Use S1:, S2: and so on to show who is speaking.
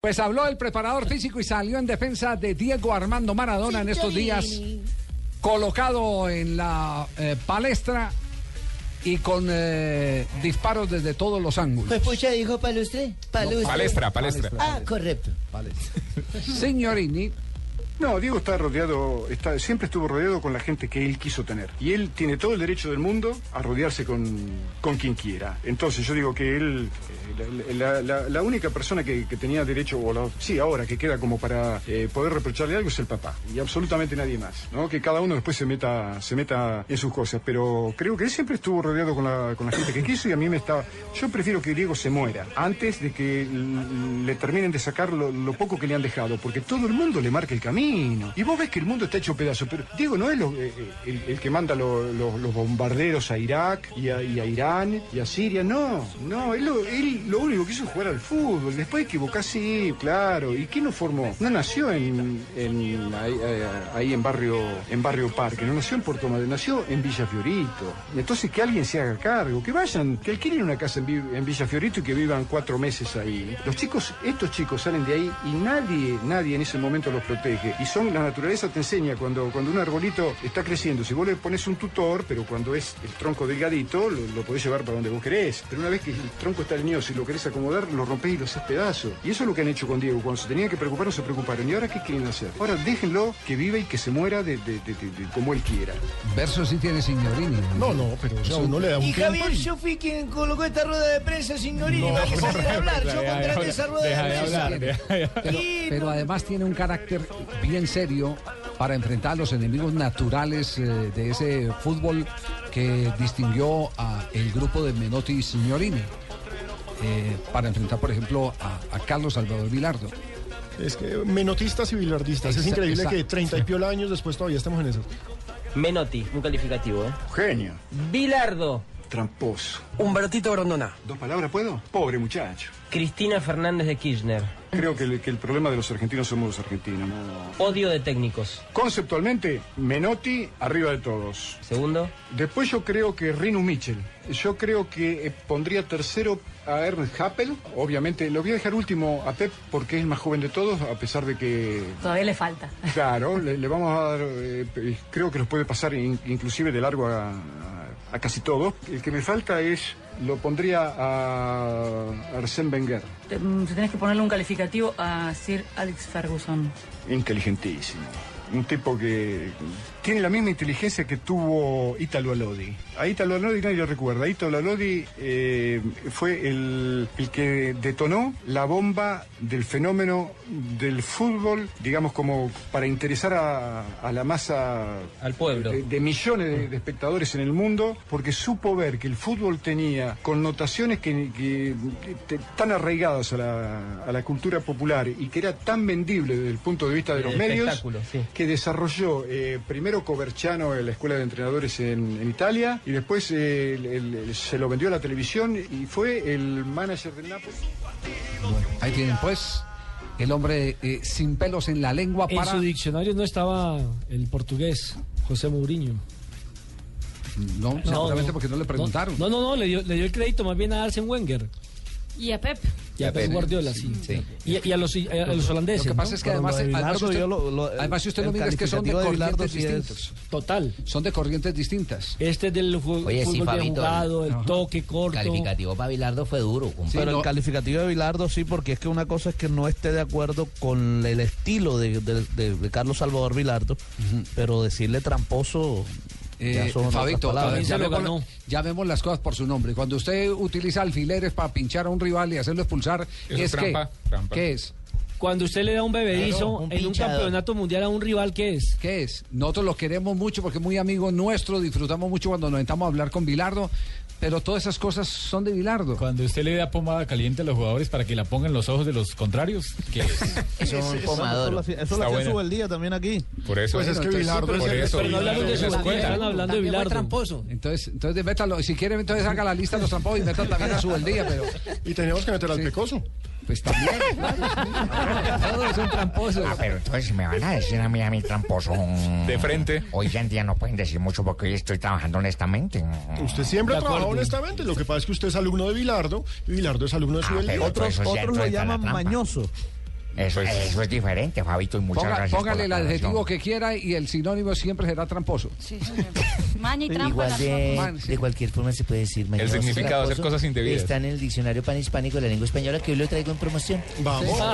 S1: Pues habló el preparador físico y salió en defensa de Diego Armando Maradona en estos días, colocado en la eh, palestra y con eh, disparos desde todos los ángulos.
S2: Pues pucha dijo palustre, palustre.
S3: Palestra, palestra.
S2: Ah, correcto.
S1: Signorini,
S4: No, Diego está rodeado, está, siempre estuvo rodeado con la gente que él quiso tener. Y él tiene todo el derecho del mundo a rodearse con, con quien quiera. Entonces yo digo que él, eh, la, la- la- la única persona que, que tenía derecho, o la- sí, ahora que queda como para eh, poder reprocharle algo es el papá. Y absolutamente nadie más. ¿no? Que cada uno después se meta, se meta en sus cosas. Pero creo que él siempre estuvo rodeado con la, con la gente que quiso y a mí me está... Yo prefiero que Diego se muera antes de que l- le terminen de sacar lo, lo poco que le han dejado, porque todo el mundo le marca el camino. Y vos ves que el mundo está hecho pedazo, pero Diego no es lo- eh, eh, el, el que manda lo- lo- los bombarderos a Irak y a, y a Irán y a Siria, no, no, él lo, él lo único que hizo es jugar al fútbol, después equivocarse, sí, claro, ¿y qué no formó? No nació en, en- ahí, ahí- ahí en barrio en barrio Parque, no nació en Puerto Madero, nació en Villa Fiorito. Y entonces que alguien se haga cargo, que vayan, que alquilen una casa en, Vi- en Villa Fiorito y que vivan cuatro meses ahí. Los chicos, estos chicos salen de ahí y nadie, nadie en ese momento los protege. Y son, la naturaleza te enseña cuando, cuando un arbolito está creciendo, si vos le pones un tutor, pero cuando es el tronco delgadito, lo, lo podés llevar para donde vos querés. Pero una vez que el tronco está leñoso y lo querés acomodar, lo rompés y lo haces pedazo. Y eso es lo que han hecho con Diego. Cuando se tenían que preocupar, no se preocuparon. ¿Y ahora qué quieren hacer? Ahora déjenlo que viva y que se muera de, de- de- de- de como él quiera.
S1: verso sí tiene Signorini.
S5: No, no, pero o sea, uno le da un
S2: Y Javier,
S5: tiempo
S2: yo fui quien colocó esta rueda de prensa sin Norini
S5: No,
S2: para que
S5: no,
S2: saliera a hablar. Yo
S3: deja de
S2: contraté
S3: hablar,
S2: esa rueda
S3: deja
S2: de
S3: de
S2: prensa.
S3: hablar,
S1: Pero,
S2: Y
S1: pero además tiene un carácter bien serio para enfrentar a los enemigos naturales eh, de ese fútbol que distinguió a el grupo de Menotti y Signorini. eh, para enfrentar, por ejemplo, a, a Carlos Salvador Vilardo.
S5: y- es que menotistas y billardistas. Es
S1: Exacto,
S5: increíble que
S1: exacto.
S5: 30 y piola años después todavía estamos en esas.
S6: Menotti, un calificativo, ¿eh?
S4: Genio,
S6: Bilardo,
S4: tramposo.
S7: Humbertito Grondona.
S4: ¿Dos palabras puedo? Pobre muchacho.
S6: Cristina Fernández de Kirchner.
S4: Creo que el, que el problema de los argentinos somos los argentinos. ¿no?
S6: Odio de técnicos.
S4: Conceptualmente, Menotti arriba de todos.
S6: Segundo,
S4: Después yo creo que Rinu Mitchell. Yo creo que eh, pondría tercero a Ernst Happel. Obviamente, lo voy a dejar último a Pep porque es el más joven de todos, a pesar de que,
S8: Todavía le falta.
S4: claro, le, le vamos a dar, eh, p- creo que los puede pasar in- inclusive de largo a, a- a casi todos. El que me falta es, lo pondría a Arsène Wenger.
S8: Te- mm, Tenés que ponerle un calificativo a Sir Alex Ferguson.
S4: Inteligentísimo. Un tipo que tiene la misma inteligencia que tuvo Italo Alodi. A Italo Alodi nadie lo recuerda. Italo Alodi eh, fue el, el que detonó la bomba del fenómeno del fútbol, digamos, como para interesar a, a la masa
S6: al pueblo.
S4: de, de millones de, de espectadores en el mundo porque supo ver que el fútbol tenía connotaciones que, que- te- tan arraigadas a la, a la cultura popular y que era tan vendible desde el punto de vista de los
S6: El
S4: medios
S6: espectáculo, sí.
S4: que desarrolló eh, primero Coverciano en la escuela de entrenadores en, en Italia y después eh, el- el- se lo vendió a la televisión y fue el manager del Napoli.
S1: Ahí tienen pues el hombre eh, sin pelos en la lengua
S9: En
S1: para...
S9: su diccionario no estaba el portugués, José Mourinho.
S1: No, seguramente porque no le preguntaron.
S9: No, no, no, le dio, le dio el crédito más bien a Arsene Wenger
S8: Y a Pep.
S9: y a Pep Guardiola, sí. Y, y a, los, y a los holandeses.
S1: Lo que pasa
S9: ¿no?
S1: es que además,
S7: Cuando
S1: además,
S7: Bilardo
S1: usted,
S7: dio lo- lo- el-
S1: además si usted lo
S7: el
S1: mira es que son de
S7: calificativo de Bilardo
S1: corrientes
S7: sí es-
S1: distintas.
S9: Total.
S1: Son de corrientes distintas.
S9: Este es del ju-
S10: Oye, sí,
S9: fútbol bien
S10: Fabito,
S9: jugado, el
S1: ajá.
S9: toque corto.
S10: Calificativo para Bilardo fue duro. compa.
S1: Sí,
S7: Pero
S1: no.
S7: el calificativo de Bilardo sí, porque es que una cosa es que no esté de acuerdo con el estilo de, de- de- de Carlos Salvador Bilardo, pero decirle tramposo
S1: Eh,
S7: ya son otras
S1: Fabito,
S7: palabras.
S9: También se lo
S1: llamemos,
S9: ganó.
S1: llamemos las cosas por su nombre. Cuando usted utiliza alfileres para pinchar a un rival y hacerlo expulsar,
S3: Eso
S1: ¿es
S3: es trampa,
S1: qué?
S3: trampa.
S1: ¿Qué es?
S9: Cuando usted le da un bebedizo
S10: Claro, un
S9: en un
S10: pinchador.
S9: campeonato mundial a un rival, ¿qué es?
S1: ¿Qué es? Nosotros lo queremos mucho porque es muy amigo nuestro, disfrutamos mucho cuando nos sentamos a hablar con Bilardo, Pero todas esas cosas son de Bilardo.
S9: Cuando usted le da pomada caliente a los jugadores para que la pongan en los ojos de los contrarios, que
S11: Eso- Eso lo hacía- eso lo hacía Subeldía también aquí.
S9: Por eso.
S11: Pues es que Bilardo-
S9: por
S11: pero
S9: eso.
S11: no hablaron de
S9: Eso
S11: su-
S9: cuenta.
S11: estaban hablando de También fue Bilardo. tramposo.
S1: Entonces, entonces métalo. Si quiere, entonces haga la lista de los tramposos y meta también a su día, pero.
S5: Y teníamos que meter al pecoso.
S1: Pues también. Todos son tramposos.
S6: Ah, pero entonces me van a decir a mí, a mi tramposo.
S9: De frente.
S6: Hoy en día no pueden decir mucho porque hoy estoy trabajando honestamente.
S5: Usted siempre ha
S6: De
S5: trabajado
S6: acuerdo.
S5: honestamente. Lo que pasa es que usted es alumno de Bilardo y Bilardo es alumno de
S6: Ah,
S5: su
S6: pero
S7: Pues
S11: Otros-
S6: eso es
S11: otros
S6: cierto,
S11: lo
S6: entra en la
S11: llaman
S6: trampa.
S11: mañoso.
S6: Eso,
S11: Pues-
S6: eso es diferente, Fabito, y muchas
S1: Ponga-
S6: gracias. por
S1: póngale
S6: la
S1: el
S6: aclaración.
S1: adjetivo que quiera y el sinónimo siempre será tramposo.
S8: Maña y
S7: Pues
S8: trampa
S7: Igual
S8: las dos.
S7: de,
S1: Man,
S7: de cualquier forma se puede decir mañoso,
S9: significado, hacer
S7: tramposo,
S9: cosas indebidas.
S7: Está en el diccionario panhispánico de la lengua española que hoy lo traigo en promoción.
S5: Vamos.